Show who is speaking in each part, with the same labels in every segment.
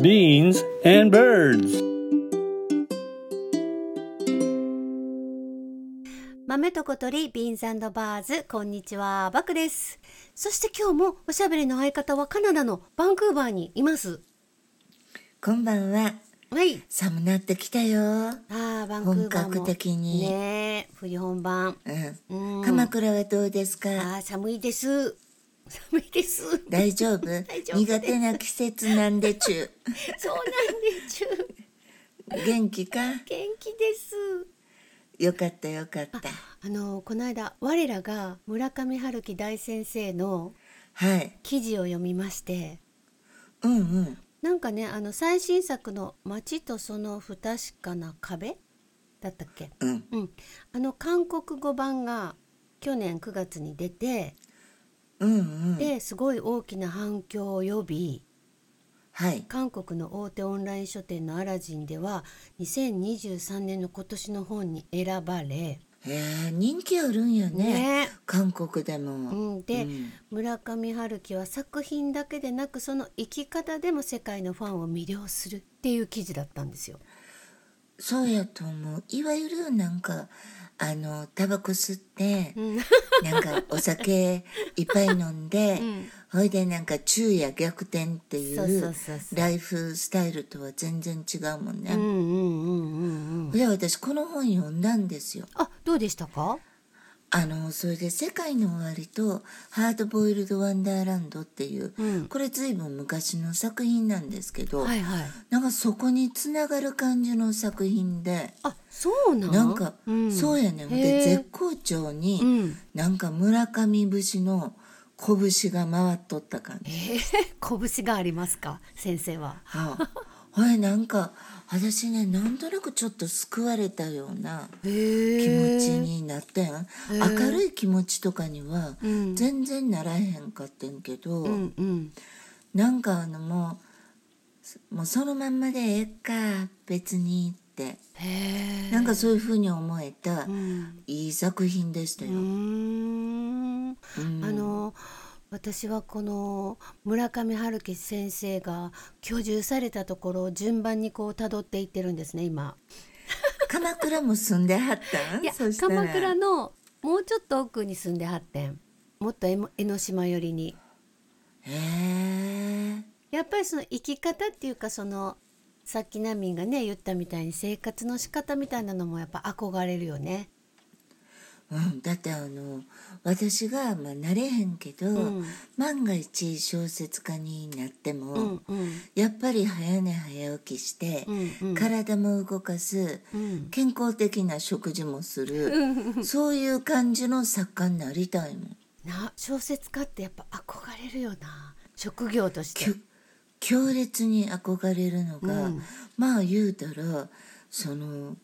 Speaker 1: Beans and birds.
Speaker 2: 豆と小鳥ビーンズバーズこんにちはバクですそして今日もおしゃべりの相方はカナダのバンクーバーにいます
Speaker 3: こんばんは。
Speaker 2: はい
Speaker 3: 寒なってきたよ。
Speaker 2: あーバンクーバーも
Speaker 3: 本格的に
Speaker 2: ねえ冬本番
Speaker 3: う
Speaker 2: うん
Speaker 3: ん。鎌倉はどうですか。
Speaker 2: あー寒いです寒いですそうなん
Speaker 3: 大丈 夫。
Speaker 2: です
Speaker 3: 苦手な季節なんでちゅ
Speaker 2: でちゅ
Speaker 3: う。元気か。
Speaker 2: 元気です
Speaker 3: よかったよかった。
Speaker 2: あのこの間我らが村上春樹大先生の
Speaker 3: はい。
Speaker 2: 記事を読みまして
Speaker 3: うんうん。
Speaker 2: なんかねあの最新作の「街とその不確かな壁」だったっけ、
Speaker 3: うん。
Speaker 2: うん、あの韓国語版が去年9月に出て、
Speaker 3: うんうん。
Speaker 2: ですごい大きな反響を呼び
Speaker 3: はい。
Speaker 2: 韓国の大手オンライン書店の「アラジン」では2023年の今年の本に選ばれ、
Speaker 3: えー、人気あるんよね。
Speaker 2: ね
Speaker 3: 韓国でも。
Speaker 2: うん、で、
Speaker 3: うん
Speaker 2: 村上春樹は作品だけでなくその生き方でも世界のファンを魅了するっていう記事だったんですよ。
Speaker 3: そうやと思う。いわゆるなんか。あのタバコ吸って、
Speaker 2: ん
Speaker 3: なんかお酒いっぱい飲 んで、ほいでなんか昼夜逆転ってい
Speaker 2: そうそううそうそう
Speaker 3: ライフスタイルとは全然違うもんね、
Speaker 2: うんうんうんうんうん。
Speaker 3: で私この本読んだんですよ
Speaker 2: あ、どうでしたか？
Speaker 3: あのそれで「世界の終わり」と「ハードボイルド・ワンダーランド」っていう、
Speaker 2: うん
Speaker 3: これ随分昔の作品なんですけど、
Speaker 2: はいはい。
Speaker 3: なんかそこにつながる感じの作品で
Speaker 2: あ、そうなん？
Speaker 3: なんか、そうやねんで
Speaker 2: へー
Speaker 3: 絶好調に、
Speaker 2: うん
Speaker 3: なんか村上節の拳が回っとった感じ。
Speaker 2: えー、拳がありますか、先生は。
Speaker 3: はあ、ほいなんか私ねなんとなくちょっと救われたような
Speaker 2: へ
Speaker 3: 気
Speaker 2: え
Speaker 3: 持ち。になってん、明るい気持ちとかには
Speaker 2: うん
Speaker 3: 全然ならへんかってんけど、
Speaker 2: うんうん。
Speaker 3: なんかあのもうもうそのまんまでええか別にって
Speaker 2: へえ。
Speaker 3: なんかそういうふうに思えた、
Speaker 2: うん。
Speaker 3: いい作品でしたよ。
Speaker 2: うーん
Speaker 3: うん
Speaker 2: あの私はこの村上春樹先生が居住されたところを順番にこう辿っていってるんですね今。
Speaker 3: 鎌倉も住んではった ん
Speaker 2: いや
Speaker 3: そしたら
Speaker 2: 鎌倉のもうちょっと奥に住んではってんもっと江江ノ島寄りに。
Speaker 3: へえ
Speaker 2: やっぱりその生き方っていうかそのさっきナミンがね言ったみたいに生活の仕方みたいなのもやっぱ憧れるよね。
Speaker 3: うん、だってあの私が、まあ、なれへんけど、
Speaker 2: うん
Speaker 3: 万が一小説家になっても、
Speaker 2: うんうん
Speaker 3: やっぱり早寝早起きして、
Speaker 2: うんうん
Speaker 3: 体も動かす、
Speaker 2: うん
Speaker 3: 健康的な食事もする、そういう感じの作家になりたいもん。
Speaker 2: な小説家ってやっぱ憧れるよな職業とし
Speaker 3: き
Speaker 2: て
Speaker 3: ょ。強烈に憧れるのが、
Speaker 2: うん
Speaker 3: まあ言うたらその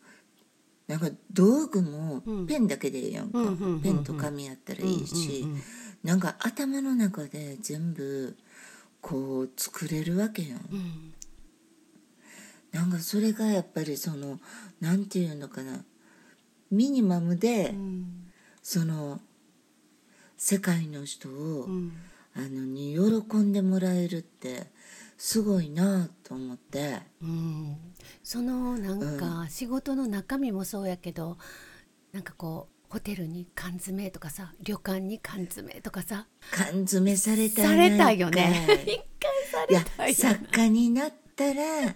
Speaker 3: なんか道具も
Speaker 2: うん
Speaker 3: ペンだけでええやんか、
Speaker 2: うんうんうんうん
Speaker 3: ペンと紙やったらいいし、
Speaker 2: うんうんうん
Speaker 3: なんか頭の中で全部こう作れるわけやん。
Speaker 2: うん
Speaker 3: なんかそれがやっぱりそのなんていうのかなミニマムで、
Speaker 2: うん
Speaker 3: その世界の人を、
Speaker 2: うん
Speaker 3: あのに喜んでもらえるってすごいなと思って
Speaker 2: うん、そのなんか仕事の中身もそうやけど、なんかこうホテルに缶詰とかさ旅館に缶詰とかさ
Speaker 3: 缶詰された
Speaker 2: されたよね
Speaker 3: い
Speaker 2: 一回さ
Speaker 3: や
Speaker 2: れたよ
Speaker 3: 作家になったらや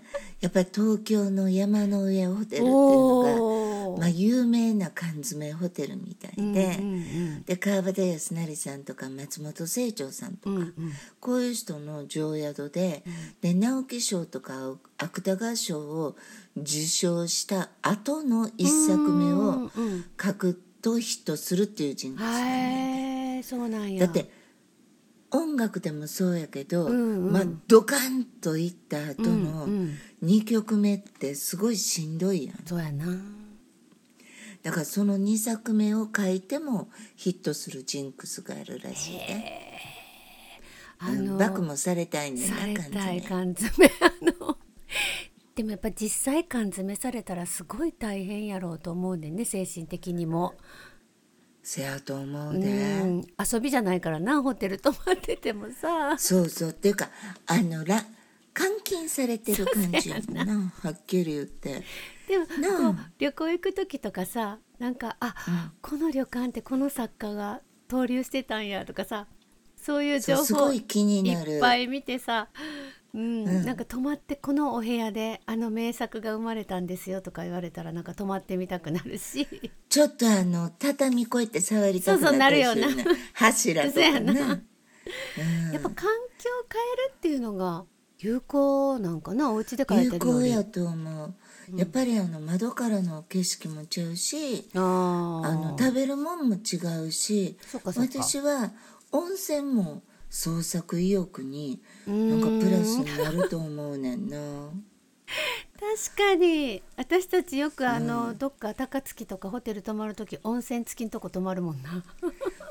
Speaker 3: っぱり東京の山の上ホテルっていうの
Speaker 2: お
Speaker 3: が、まあ、有名な缶詰ホテルみたいで、
Speaker 2: うんうん
Speaker 3: で川端康成さんとか松本清張さんと
Speaker 2: う
Speaker 3: か、
Speaker 2: んうん
Speaker 3: こういう人の常宿で,、で直木賞とか芥川賞を受賞した後の一作目を
Speaker 2: うんうん
Speaker 3: 書くとヒットするっていう人物なんだよね
Speaker 2: へえそうなんや
Speaker 3: だって音楽でもそうやけど、
Speaker 2: うんうん
Speaker 3: まあ、ドカンといった後
Speaker 2: う
Speaker 3: の
Speaker 2: んうん
Speaker 3: 2曲目ってすごいしんどいやん
Speaker 2: そうやな
Speaker 3: だからその2作目を書いてもヒットするジンクスがあるらしいね、
Speaker 2: あ
Speaker 3: う
Speaker 2: の
Speaker 3: んバクもされたいねんな
Speaker 2: され
Speaker 3: 感じ
Speaker 2: たい
Speaker 3: ね
Speaker 2: 缶詰 あのでもやっぱ実際缶詰されたらすごい大変やろうと思うねんね精神的にも。
Speaker 3: せやと思う
Speaker 2: う
Speaker 3: で、
Speaker 2: ん 遊びじゃないからなホテル泊まっててもさ
Speaker 3: そうそうっていうかあのら監禁されてる感じやもんなはっきり言って
Speaker 2: でもこ
Speaker 3: なあ
Speaker 2: う旅行行く時とかさなんかあ、この旅館ってこの作家が登竜してたんやとかさそういう情
Speaker 3: そうす
Speaker 2: 報
Speaker 3: ごい気に
Speaker 2: い
Speaker 3: なる
Speaker 2: っぱい見てさ、うんなんか泊まってこのお部屋であの名作が生まれたんですよとか言われたらなんか泊まってみたくなるし
Speaker 3: ちょっとあの畳越えて触りたく
Speaker 2: そうそうな
Speaker 3: なった
Speaker 2: る
Speaker 3: り
Speaker 2: よ
Speaker 3: す
Speaker 2: な
Speaker 3: るね柱とか
Speaker 2: そうやな
Speaker 3: ね
Speaker 2: やっぱ環境変えるっていうのが有効なんかなお家で変え
Speaker 3: 有
Speaker 2: てる
Speaker 3: 効
Speaker 2: より
Speaker 3: やと思うやっぱりあの窓からの景色も違うし
Speaker 2: あー
Speaker 3: あの食べるもんも違うし
Speaker 2: そっかそっか
Speaker 3: 私は温泉も創作意欲に
Speaker 2: う
Speaker 3: なんか
Speaker 2: ーん
Speaker 3: プラスになると思うねんな
Speaker 2: 確かに私たちよくあの、どっか高槻とかホテル泊まる時温泉付きのとこ泊まるもんな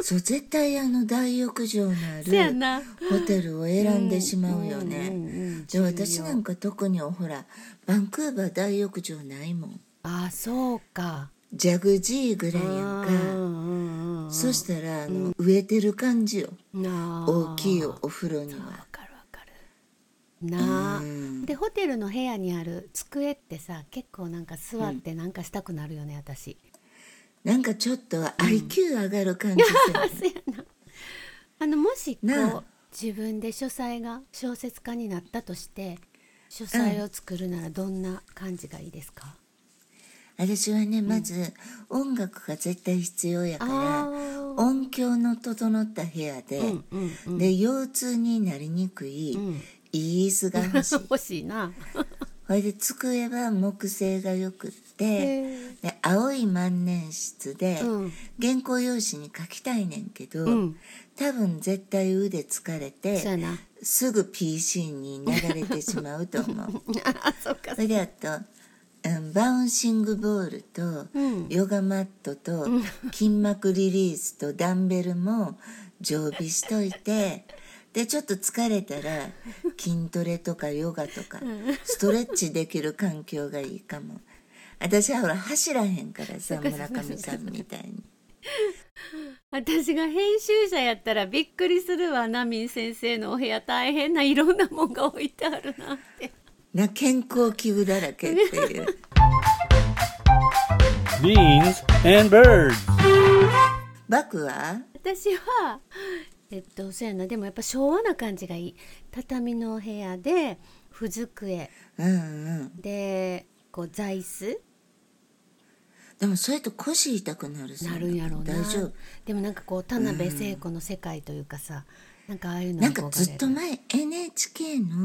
Speaker 3: そう絶対あの大浴場のあ
Speaker 2: そや
Speaker 3: る
Speaker 2: な
Speaker 3: ホテルを選んでしまうよね、
Speaker 2: うんうんうん
Speaker 3: じゃあ私なんか特にほらバンクーバー大浴場ないもん
Speaker 2: あそうか
Speaker 3: ジャグジーぐらいや
Speaker 2: うん
Speaker 3: ん
Speaker 2: うんうん
Speaker 3: かそしたらあの、植えてる感じよ
Speaker 2: なあ
Speaker 3: 大きいお風呂に
Speaker 2: わ
Speaker 3: は
Speaker 2: かるわかるなあ、
Speaker 3: うん
Speaker 2: でホテルの部屋にある机ってさ結構なんか座ってなんかしたくなるよね、私
Speaker 3: なんかちょっと IQ 上がる感じする、
Speaker 2: そうやな あのもしこ
Speaker 3: なあ
Speaker 2: う自分で書斎が小説家になったとして書斎を作るならどんな感じがいいですか、
Speaker 3: 私はねまず音楽が絶対必要やから
Speaker 2: あー
Speaker 3: 音響の整った部屋で、
Speaker 2: うんうんうん
Speaker 3: で腰痛になりにくい、
Speaker 2: うん
Speaker 3: いい椅子が欲 しい
Speaker 2: 欲しいな
Speaker 3: それで机は木製がよくって
Speaker 2: へ
Speaker 3: で青い万年筆で
Speaker 2: うん
Speaker 3: 原稿用紙に書きたいねんけど、
Speaker 2: うん
Speaker 3: 多分絶対腕疲れ
Speaker 2: そうや
Speaker 3: て
Speaker 2: な
Speaker 3: すぐ PC に流れてしまうと思う。
Speaker 2: あそっか
Speaker 3: それであと、うん、バウンシングボールと、
Speaker 2: うん
Speaker 3: ヨガマットと筋膜リリースとダンベルも常備しといてでちょっと疲れたら筋トレとかヨガとかストレッチできる環境がいいかも私はほら走らへんからさ村上さんみたいに
Speaker 2: 私が編集者やったらびっくりするわナミン先生のお部屋大変ないろんなもんが置いてあるなって
Speaker 3: な健康器具だらけっていう
Speaker 1: Beans and birds.
Speaker 3: バクは
Speaker 2: 私はえっとそうやなでもやっぱ昭和な感じがいい畳のお部屋で不机
Speaker 3: うんうん
Speaker 2: でこう座椅子
Speaker 3: でもそれと腰痛くなるさ
Speaker 2: なるんやろうな
Speaker 3: 大丈夫
Speaker 2: でもなんかこう田辺聖子の世界というかさ、なんかああいうの
Speaker 3: なんか
Speaker 2: 憧れ
Speaker 3: ず
Speaker 2: る
Speaker 3: っと前 NHK
Speaker 2: う
Speaker 3: の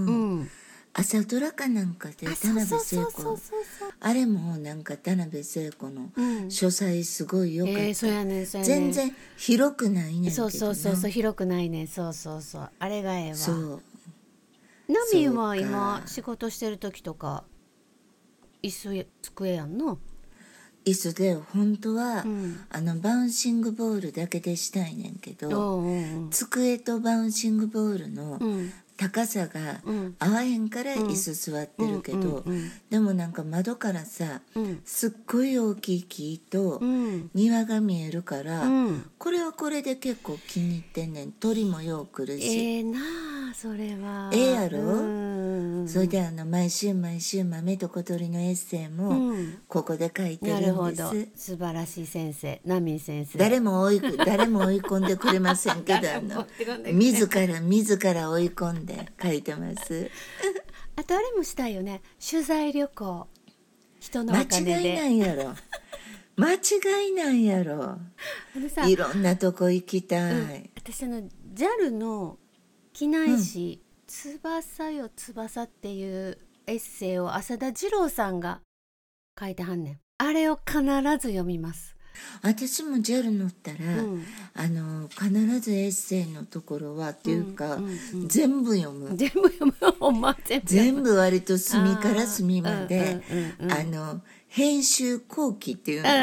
Speaker 2: ん
Speaker 3: 朝ドラかなんかで
Speaker 2: あ
Speaker 3: 田
Speaker 2: そう
Speaker 3: 辺
Speaker 2: そう
Speaker 3: 聖
Speaker 2: そうそう
Speaker 3: 子
Speaker 2: そうそう
Speaker 3: あれもなんか田辺聖子の
Speaker 2: うん
Speaker 3: 書斎すごいよかった、
Speaker 2: えー、そうやねんそうやねん
Speaker 3: 全然広くないねんけど
Speaker 2: そ
Speaker 3: な
Speaker 2: うそうそうそう広くないねんそうそうそうあれがええわ
Speaker 3: そう
Speaker 2: ナミンは
Speaker 3: そうか
Speaker 2: 今仕事してる時とか椅子や机やんの
Speaker 3: 椅子で本当は、
Speaker 2: うん
Speaker 3: あのバウンシングボールだけでしたいねんけ
Speaker 2: う
Speaker 3: ど
Speaker 2: んうん
Speaker 3: 机とバウンシングボールの
Speaker 2: うん
Speaker 3: 高さが
Speaker 2: うん
Speaker 3: 合わへんから椅子座ってるけど、
Speaker 2: うんうんうん
Speaker 3: でもなんか窓からさ、
Speaker 2: うん
Speaker 3: すっごい大きい木と、
Speaker 2: うん
Speaker 3: 庭が見えるから、
Speaker 2: うん
Speaker 3: これはこれで結構気に入ってんねん鳥もよう来るし、
Speaker 2: ええなあそれは
Speaker 3: ええやろ
Speaker 2: うん
Speaker 3: それであの毎週毎週豆と小鳥のエッセイも
Speaker 2: うん
Speaker 3: ここで書いて
Speaker 2: な
Speaker 3: る
Speaker 2: る
Speaker 3: ん
Speaker 2: ほ
Speaker 3: です、
Speaker 2: ど素晴らしい先生ナミン先生
Speaker 3: 誰 も追い誰も追い込んでくれませんけどあ
Speaker 2: 誰も
Speaker 3: の
Speaker 2: 追い込んでくれ
Speaker 3: 自ら自ら追い込んで書いてます
Speaker 2: あとあれもしたいよね取材旅行人の
Speaker 3: 間
Speaker 2: お金
Speaker 3: 違いな
Speaker 2: で
Speaker 3: いやろ間違いないやろ
Speaker 2: あのさ
Speaker 3: いろんなとこ行きたい、
Speaker 2: うん、私あの JAL の機内誌「翼よ翼」っていうエッセイを浅田二郎さんが書いてはんねんあれを必ず読みます、
Speaker 3: 私も JAL 乗ったら、
Speaker 2: うん
Speaker 3: あの必ずエッセイのところはっていうか、
Speaker 2: うんうんうん
Speaker 3: 全部読む
Speaker 2: 全部読むほんま全部読む
Speaker 3: 全部割と隅から隅まで
Speaker 2: あーうんうんうん
Speaker 3: あの編集後期っていうの
Speaker 2: あ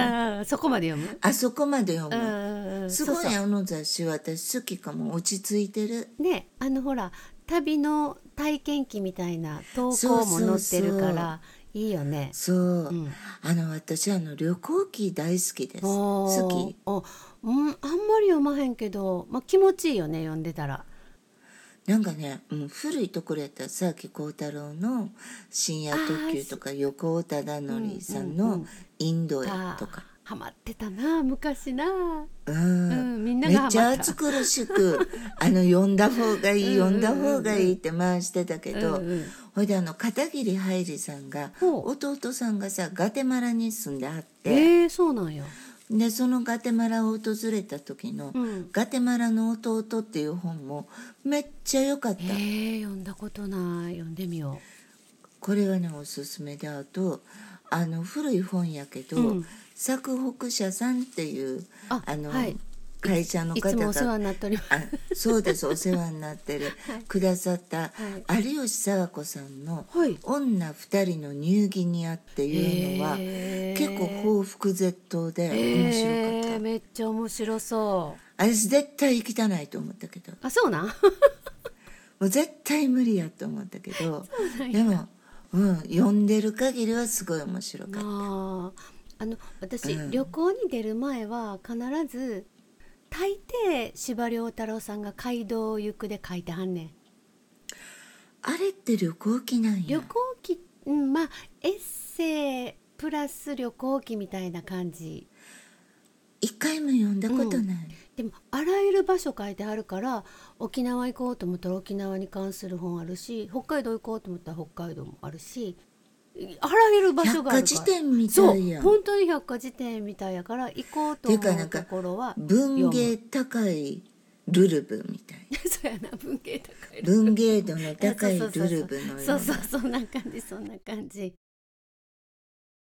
Speaker 2: ーそこまで読む
Speaker 3: あそこまで読む
Speaker 2: うん
Speaker 3: すご
Speaker 2: そう
Speaker 3: い
Speaker 2: そ
Speaker 3: あの雑誌私好きかも落ち着いてる
Speaker 2: うねあのほら旅の体験記みたいな投稿も載ってるからいいよね
Speaker 3: そう、
Speaker 2: ん
Speaker 3: あの私あの旅行記大好きです好
Speaker 2: 好
Speaker 3: き
Speaker 2: おうんあんまり読まへんけど、まあ、気持ちいいよね読んでたら
Speaker 3: なんかね、うん、古いところやったら佐木幸太郎の「深夜特急」とか横尾忠則
Speaker 2: う
Speaker 3: さん
Speaker 2: んうんう
Speaker 3: の
Speaker 2: ん
Speaker 3: 「インドへ」
Speaker 2: あ
Speaker 3: とか、
Speaker 2: ハマってたな昔な
Speaker 3: うん
Speaker 2: うんみんな
Speaker 3: め
Speaker 2: がハマ
Speaker 3: っ
Speaker 2: っ
Speaker 3: ちゃ
Speaker 2: た
Speaker 3: 暑苦 しく「あの呼んだ方がいい
Speaker 2: うん
Speaker 3: 呼
Speaker 2: うんうんん
Speaker 3: だ方がいい」って回してたけど、
Speaker 2: うんうん
Speaker 3: ほいであの片桐はいりさんが
Speaker 2: ほう
Speaker 3: 弟さんがさガテマラに住んではって。
Speaker 2: えー、そうなんや
Speaker 3: でそのガテマラを訪れた時の「
Speaker 2: うん
Speaker 3: ガテマラの弟」っていう本もめっちゃ良かった
Speaker 2: えー、読んだことない読んでみよ
Speaker 3: これはねおすすめであとあの古い本やけど、
Speaker 2: うん
Speaker 3: 作北社さんっていう
Speaker 2: あ
Speaker 3: の、
Speaker 2: はい
Speaker 3: 会社の
Speaker 2: うい
Speaker 3: 方
Speaker 2: つもお世話
Speaker 3: が
Speaker 2: になっております
Speaker 3: あそうですお世話になってる、くださった、
Speaker 2: は
Speaker 3: 有吉佐和子さんの「
Speaker 2: はい
Speaker 3: 女二人のニューギニア」っていうのは、
Speaker 2: へー
Speaker 3: 結構報復絶倒で面白かった
Speaker 2: えー、。めっちゃ面白そ
Speaker 3: あれ絶対行きたないと思ったけど
Speaker 2: うあそうなん
Speaker 3: もう絶対無理やと思ったけどでも、うん、読んでる限りはすごい面白かった
Speaker 2: なああの私、
Speaker 3: うん
Speaker 2: 旅行に出る前は必ず大抵司馬遼太郎さんが街道行くで書いてはんねん
Speaker 3: あれって旅行記なんや
Speaker 2: 旅行記うんまあエッセイプラス旅行記みたいな感じ
Speaker 3: 一回も読んだことない、
Speaker 2: でもあらゆる場所書いてあるから沖縄行こうと思ったら沖縄に関する本あるし北海道行こうと思ったら北海道もあるしあらゆる場所があるから
Speaker 3: 百科事典み
Speaker 2: そ
Speaker 3: たいや
Speaker 2: うん本当に百科事典みたいやから行こうと
Speaker 3: てい
Speaker 2: 思
Speaker 3: うかな
Speaker 2: うん
Speaker 3: か
Speaker 2: ところは
Speaker 3: 文芸高いルルブみたい な
Speaker 2: そうやな文芸高い
Speaker 3: 文芸度の高い
Speaker 2: そう
Speaker 3: ル
Speaker 2: そうそう
Speaker 3: ルブのような
Speaker 2: そうそうそんな感じそんな感じ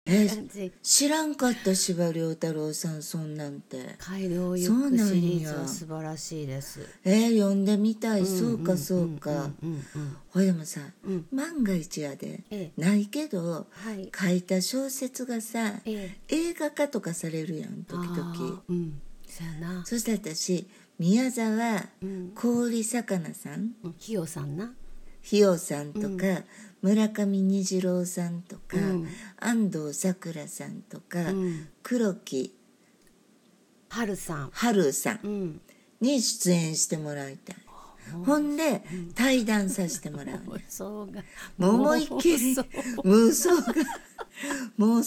Speaker 3: え
Speaker 2: 感じ
Speaker 3: 知らんかった司馬遼太郎さんそんなんて
Speaker 2: 街道行
Speaker 3: そう
Speaker 2: く
Speaker 3: なんや
Speaker 2: シリーズは素晴らしいです
Speaker 3: えー読んでみたい、そうんかそうか、
Speaker 2: うんうん
Speaker 3: ほいでもさ
Speaker 2: うんうん
Speaker 3: 万が一やで、
Speaker 2: え
Speaker 3: ないけど
Speaker 2: はい
Speaker 3: 書いた小説がさ、
Speaker 2: え
Speaker 3: 映画化とかされるやん時
Speaker 2: あ
Speaker 3: 々
Speaker 2: ーうんそうやな
Speaker 3: そして私宮沢
Speaker 2: うん
Speaker 3: 氷魚さん
Speaker 2: うんひよさんな
Speaker 3: ひよさんとか、村上虹郎さんと
Speaker 2: う
Speaker 3: か、
Speaker 2: ん
Speaker 3: 安藤サクラさんとか、
Speaker 2: うん
Speaker 3: 黒木
Speaker 2: はるさん
Speaker 3: 春さん
Speaker 2: うん
Speaker 3: に出演してもらいたい、ほんで対談させてもらう ね
Speaker 2: そうが
Speaker 3: もう思いっきり
Speaker 2: そう
Speaker 3: 妄想が 妄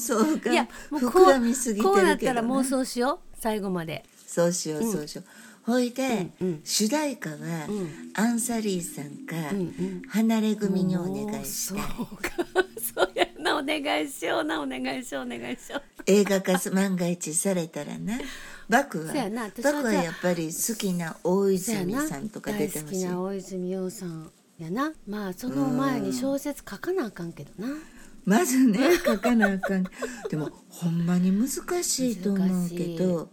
Speaker 3: 想
Speaker 2: いや
Speaker 3: が
Speaker 2: もう
Speaker 3: 膨らみすぎて
Speaker 2: こうこうな
Speaker 3: る
Speaker 2: っ
Speaker 3: け
Speaker 2: た
Speaker 3: ど
Speaker 2: ら
Speaker 3: ね
Speaker 2: 妄想しよう最後まで
Speaker 3: そうしようそうしよう、ほいで、
Speaker 2: うんうん
Speaker 3: 主題歌は、
Speaker 2: ん
Speaker 3: アンサリーさんか、
Speaker 2: んうん
Speaker 3: 離れ組にお願いし
Speaker 2: そ
Speaker 3: た
Speaker 2: う
Speaker 3: い
Speaker 2: か そうやなお願いしようなお願いしようお願いしよう
Speaker 3: 映画化す万が一されたらなバクは
Speaker 2: そうやな私は
Speaker 3: バクはやっぱり好きな大
Speaker 2: そうや
Speaker 3: 泉
Speaker 2: な
Speaker 3: さんとか出て
Speaker 2: 大
Speaker 3: ほ
Speaker 2: 好き
Speaker 3: しい
Speaker 2: な大泉洋さんやなまあその前に小説書かなあかんけどな
Speaker 3: まずね書かなあかんでもほんまに難しいと思うけど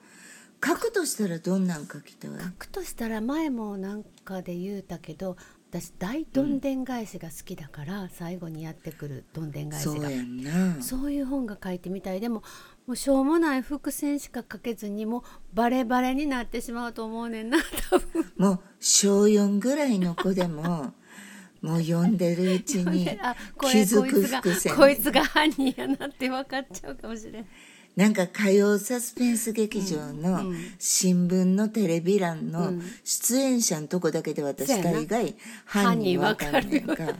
Speaker 3: 書くとしたらどんなん書きたい
Speaker 2: 書くとしたら前もなんかで言うたけど私大どんでん返しが好きだから、最後にやってくるどんでん返し
Speaker 3: そう
Speaker 2: が
Speaker 3: やんな
Speaker 2: そういう本が書いてみたいでももうしょうもない伏線しか書けずにもうバレバレになってしまうと思うねんな 多分
Speaker 3: もう小4ぐらいの子でももう読んでるうち に
Speaker 2: あこ
Speaker 3: 気
Speaker 2: れ
Speaker 3: づ
Speaker 2: こい
Speaker 3: く
Speaker 2: つが
Speaker 3: 伏線
Speaker 2: こいつが犯人やなって分かっちゃうかもしれん
Speaker 3: なんか火曜サスペンス劇場の新聞のテレビ欄の出演者のとこだけで私
Speaker 2: そうやな
Speaker 3: 大概犯人わかんねん
Speaker 2: 犯人わ
Speaker 3: か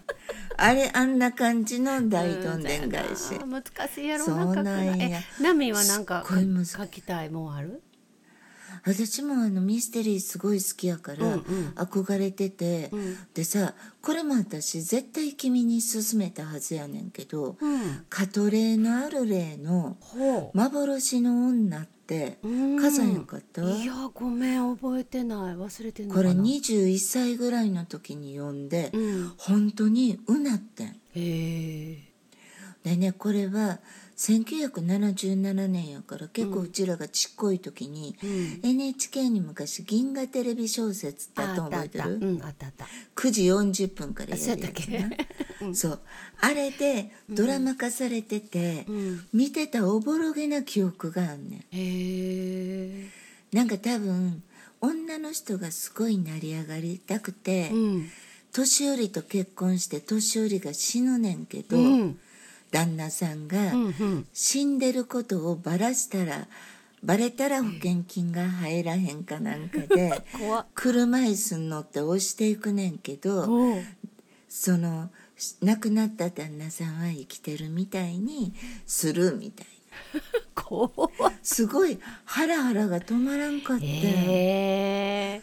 Speaker 3: あれあんな感じの大どんでん返し
Speaker 2: うん難しいやろ
Speaker 3: そう
Speaker 2: な書く
Speaker 3: なん
Speaker 2: の
Speaker 3: や
Speaker 2: えナミはなんか
Speaker 3: すっごい難しい
Speaker 2: 書きたいもんある
Speaker 3: 私もあのミステリーすごい好きやから
Speaker 2: うんうん
Speaker 3: 憧れてて、でさこれも私絶対君に勧めたはずやねんけど、
Speaker 2: ん
Speaker 3: カトレーヌ・アルレイの
Speaker 2: ほ
Speaker 3: 「幻の女」って
Speaker 2: うん
Speaker 3: 火山よかった
Speaker 2: いやごめん覚えてない忘れてんの
Speaker 3: こ
Speaker 2: かな
Speaker 3: れ21歳ぐらいの時に読んで、
Speaker 2: うん
Speaker 3: 本当にうなってん
Speaker 2: へえ
Speaker 3: でねこれは1977年やから結構うちらがちっこい時に、NHK に昔銀河テレビ小説ってあ
Speaker 2: あっ
Speaker 3: っ
Speaker 2: たあ
Speaker 3: たの
Speaker 2: った
Speaker 3: 覚えてる
Speaker 2: うんあったあった
Speaker 3: 9時40分からや
Speaker 2: そう
Speaker 3: る
Speaker 2: やっ
Speaker 3: や
Speaker 2: たっ
Speaker 3: つ
Speaker 2: け
Speaker 3: なそうあれでドラマ化されてて、
Speaker 2: うん
Speaker 3: 見てたおぼろげな記憶があんねん
Speaker 2: へえ
Speaker 3: なんか多分女の人がすごい成り上がりたくて、
Speaker 2: うん
Speaker 3: 年寄りと結婚して年寄りが死ぬねんけど、
Speaker 2: うん
Speaker 3: 旦那さんが
Speaker 2: うんうん
Speaker 3: 死んでることをばらしたらバレたら保険金が入らへんかなんかで
Speaker 2: 怖っ
Speaker 3: 車椅子に乗って押していくねんけど
Speaker 2: おう
Speaker 3: そのし亡くなった旦那さんは生きてるみたいにするみたい
Speaker 2: 怖っ
Speaker 3: なすごいハラハラが止まらんかって、
Speaker 2: ええ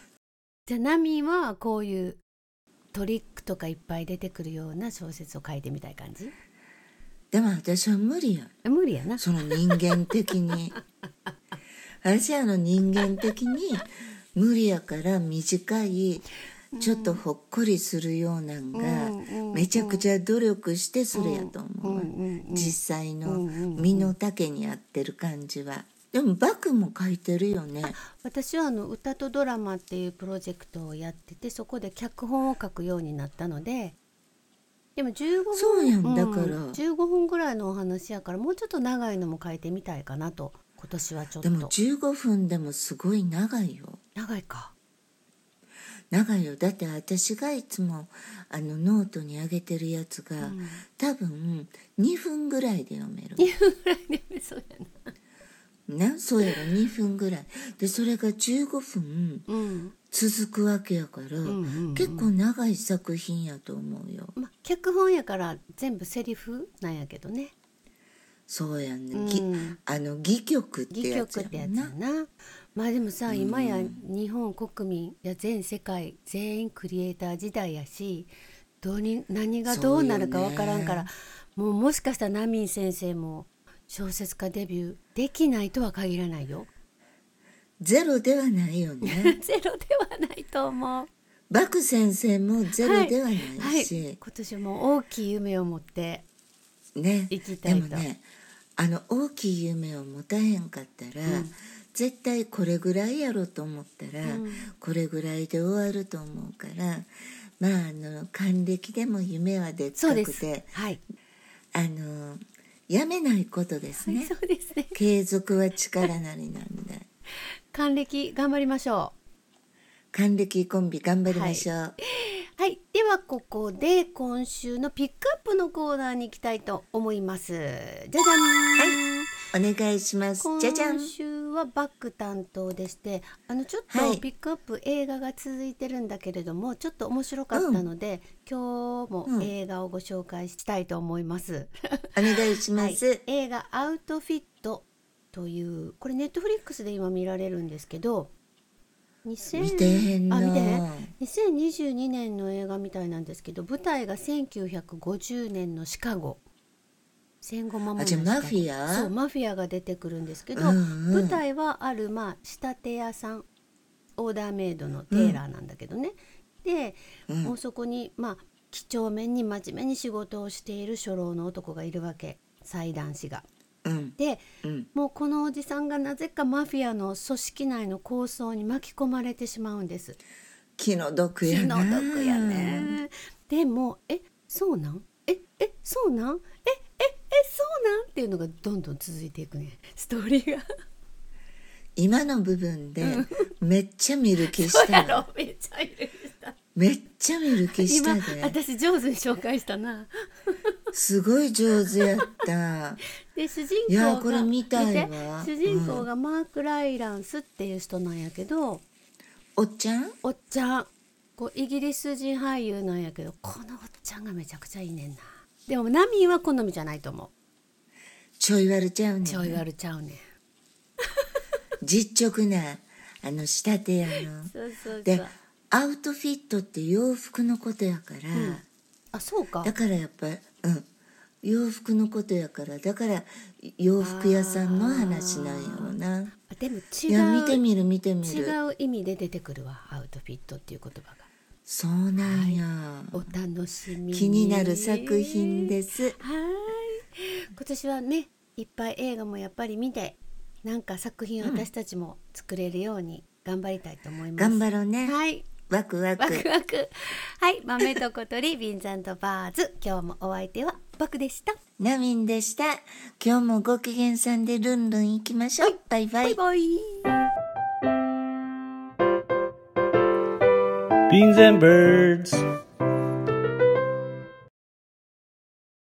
Speaker 2: じゃあナミはこういうトリックとかいっぱい出てくるような小説を書いてみたい感じ
Speaker 3: でも私は無理や
Speaker 2: え無理やな
Speaker 3: その人間的に私あの人間的に無理やから短いちょっとほっこりするようなん
Speaker 2: う
Speaker 3: が
Speaker 2: んうんうん
Speaker 3: めちゃくちゃ努力してそれやと
Speaker 2: うん
Speaker 3: 思
Speaker 2: う
Speaker 3: う、
Speaker 2: んうん
Speaker 3: 実際
Speaker 2: う
Speaker 3: の
Speaker 2: んうんうん
Speaker 3: 身の丈に合ってる感じはでもバクも書いてるよね
Speaker 2: 私はあの歌とドラマっていうプロジェクトをやっててそこで脚本を書くようになったのででも15分
Speaker 3: そうやんだから
Speaker 2: 15分ぐらいのお話やからもうちょっと長いのも書いてみたいかなと今年はちょっ
Speaker 3: でも
Speaker 2: と
Speaker 3: 15分でもすごい長いよ
Speaker 2: 長い か
Speaker 3: 長いよだって私がいつもあのノートに上げてるやつが、多分2分ぐらいで読める
Speaker 2: そうやな
Speaker 3: なそうやろ2分ぐらいでそれが15分
Speaker 2: うん、
Speaker 3: 続くわけやから、
Speaker 2: んうんうん
Speaker 3: 結構長い作品やと思うよ
Speaker 2: まあ、脚本やから全部セリフなんやけどね
Speaker 3: そうやね、
Speaker 2: うん
Speaker 3: ぎあの戯曲って
Speaker 2: 戯
Speaker 3: やつ
Speaker 2: 曲
Speaker 3: や
Speaker 2: って
Speaker 3: も
Speaker 2: や
Speaker 3: ん
Speaker 2: つや
Speaker 3: な
Speaker 2: なまあでもさ、今や日本国民いや全世界全員クリエイター時代やしどうに何がどうなるかわからんからもうもしかしたらナミン先生も小説家デビューできないとは限らないよ。
Speaker 3: ゼロではない よね
Speaker 2: ゼロではないと思う。
Speaker 3: バク先生もゼロではな
Speaker 2: はいい、
Speaker 3: し、
Speaker 2: 今年も大きい夢を持って
Speaker 3: ね
Speaker 2: 行きた
Speaker 3: で
Speaker 2: い
Speaker 3: も
Speaker 2: と
Speaker 3: ねあの大きい夢を持たへんかったら、絶対これぐらいやろと思ったら、これぐらいで終わると思うからまああの還暦でも夢はでっ
Speaker 2: そう
Speaker 3: か
Speaker 2: で
Speaker 3: く
Speaker 2: す。
Speaker 3: て
Speaker 2: はい、
Speaker 3: あのやめないことですね、
Speaker 2: そうですね。
Speaker 3: 継続は力なりなんで
Speaker 2: 還暦頑張りましょう。
Speaker 3: 還暦コンビ頑張りましょう、
Speaker 2: はい、ではここで今週のピックアップのコーナーに行きたいと思います。じゃじゃん。
Speaker 3: お願いしますじゃじゃん
Speaker 2: 今週はバック担当でして、あのちょっ
Speaker 3: は
Speaker 2: と
Speaker 3: い
Speaker 2: ピックアップ映画が続いてるんだけれども、ちょっと面白かったので、今日も
Speaker 3: うん
Speaker 2: 映画をご紹介したいと思います。
Speaker 3: お願いしま
Speaker 2: はい
Speaker 3: す、、
Speaker 2: 映画アウトフィットというこれネットフリックスで今見られるんですけど2000
Speaker 3: 見てへんな
Speaker 2: あ見て2022年の映画みたいなんですけど舞台が1950年のシカゴ戦後間もない
Speaker 3: あじゃあ
Speaker 2: シカゴ
Speaker 3: マフィア
Speaker 2: そうマフィアが出てくるんですけど、
Speaker 3: うんうん
Speaker 2: 舞台はあるまあ仕立て屋さんオーダーメイドのテーラーなんだけどね、で、もうそこにまあ几帳面に真面目に仕事をしている初老の男がいるわけ祭壇師が。
Speaker 3: うん
Speaker 2: で
Speaker 3: うん
Speaker 2: もうこのおじさんがなぜかマフィアの組織内の抗争に巻き込まれてしまうんです。
Speaker 3: 気の毒や
Speaker 2: 気
Speaker 3: な
Speaker 2: の毒やね。でもえそうなんええそうなんえええそうなんっていうのがどんどん続いていくねストーリーが。
Speaker 3: 今の部分でめっちゃ見る気したよ
Speaker 2: めっちゃいるした。
Speaker 3: めっちゃ見る気し
Speaker 2: 今
Speaker 3: たで
Speaker 2: 私上手に紹介したな。
Speaker 3: すごい上手やった
Speaker 2: で主人
Speaker 3: いやー
Speaker 2: 公
Speaker 3: こ
Speaker 2: が
Speaker 3: れ見たいわ
Speaker 2: 見て主人公がマーク・ライランスっていう人なんやけど、
Speaker 3: おっちゃん
Speaker 2: おっちゃんこうイギリス人俳優なんやけどこのおっちゃんがめちゃくちゃいいねんなでもナミは好みじゃないと思
Speaker 3: ちょいわるちゃう
Speaker 2: うちょい
Speaker 3: ね
Speaker 2: 悪ちゃうねん
Speaker 3: 実直なあの仕立て屋の
Speaker 2: そうそうそ
Speaker 3: で
Speaker 2: う
Speaker 3: アウトフィットって洋服のことやから、
Speaker 2: あそうか
Speaker 3: だからやっぱりうん洋服のことやからだから洋服屋さんの話なんやろな
Speaker 2: あでも
Speaker 3: い
Speaker 2: 違
Speaker 3: や
Speaker 2: う
Speaker 3: 見てみる見てみ
Speaker 2: 違
Speaker 3: る
Speaker 2: う意味で出てくるわアウトフィットっていう言葉が
Speaker 3: そうなんや、
Speaker 2: お楽しみ
Speaker 3: 気になる作品です
Speaker 2: はーい今年はねいっぱい映画もやっぱり見てなんか作品を私たちも作れるように頑張りたいと思います、
Speaker 3: 頑張ろうね、
Speaker 2: はい
Speaker 3: ワクワク
Speaker 2: ワクワク。はい、豆と小鳥、ビンザンとバーズ。今日もお相手は僕でした。
Speaker 3: ナミンでした今日もご機嫌さんでルンルン行きましょう、バイバイ
Speaker 2: バイバイ。
Speaker 1: Beans and birds.